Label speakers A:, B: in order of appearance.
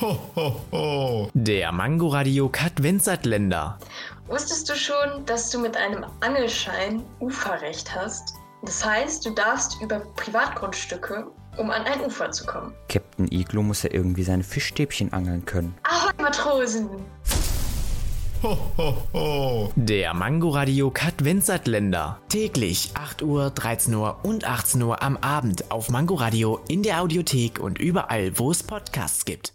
A: Ho, ho, ho. Der Mangoradio Katwenzatländer.
B: Wusstest du schon, dass du mit einem Angelschein Uferrecht hast? Das heißt, du darfst über Privatgrundstücke, um an ein Ufer zu kommen.
C: Captain Iglo muss ja irgendwie seine Fischstäbchen angeln können.
B: Ahoi, Matrosen!
A: Ho, ho, ho. Der Mangoradio Katwenzatländer.
D: Täglich 8 Uhr, 13 Uhr und 18 Uhr am Abend auf Mangoradio in der Audiothek und überall, wo es Podcasts gibt.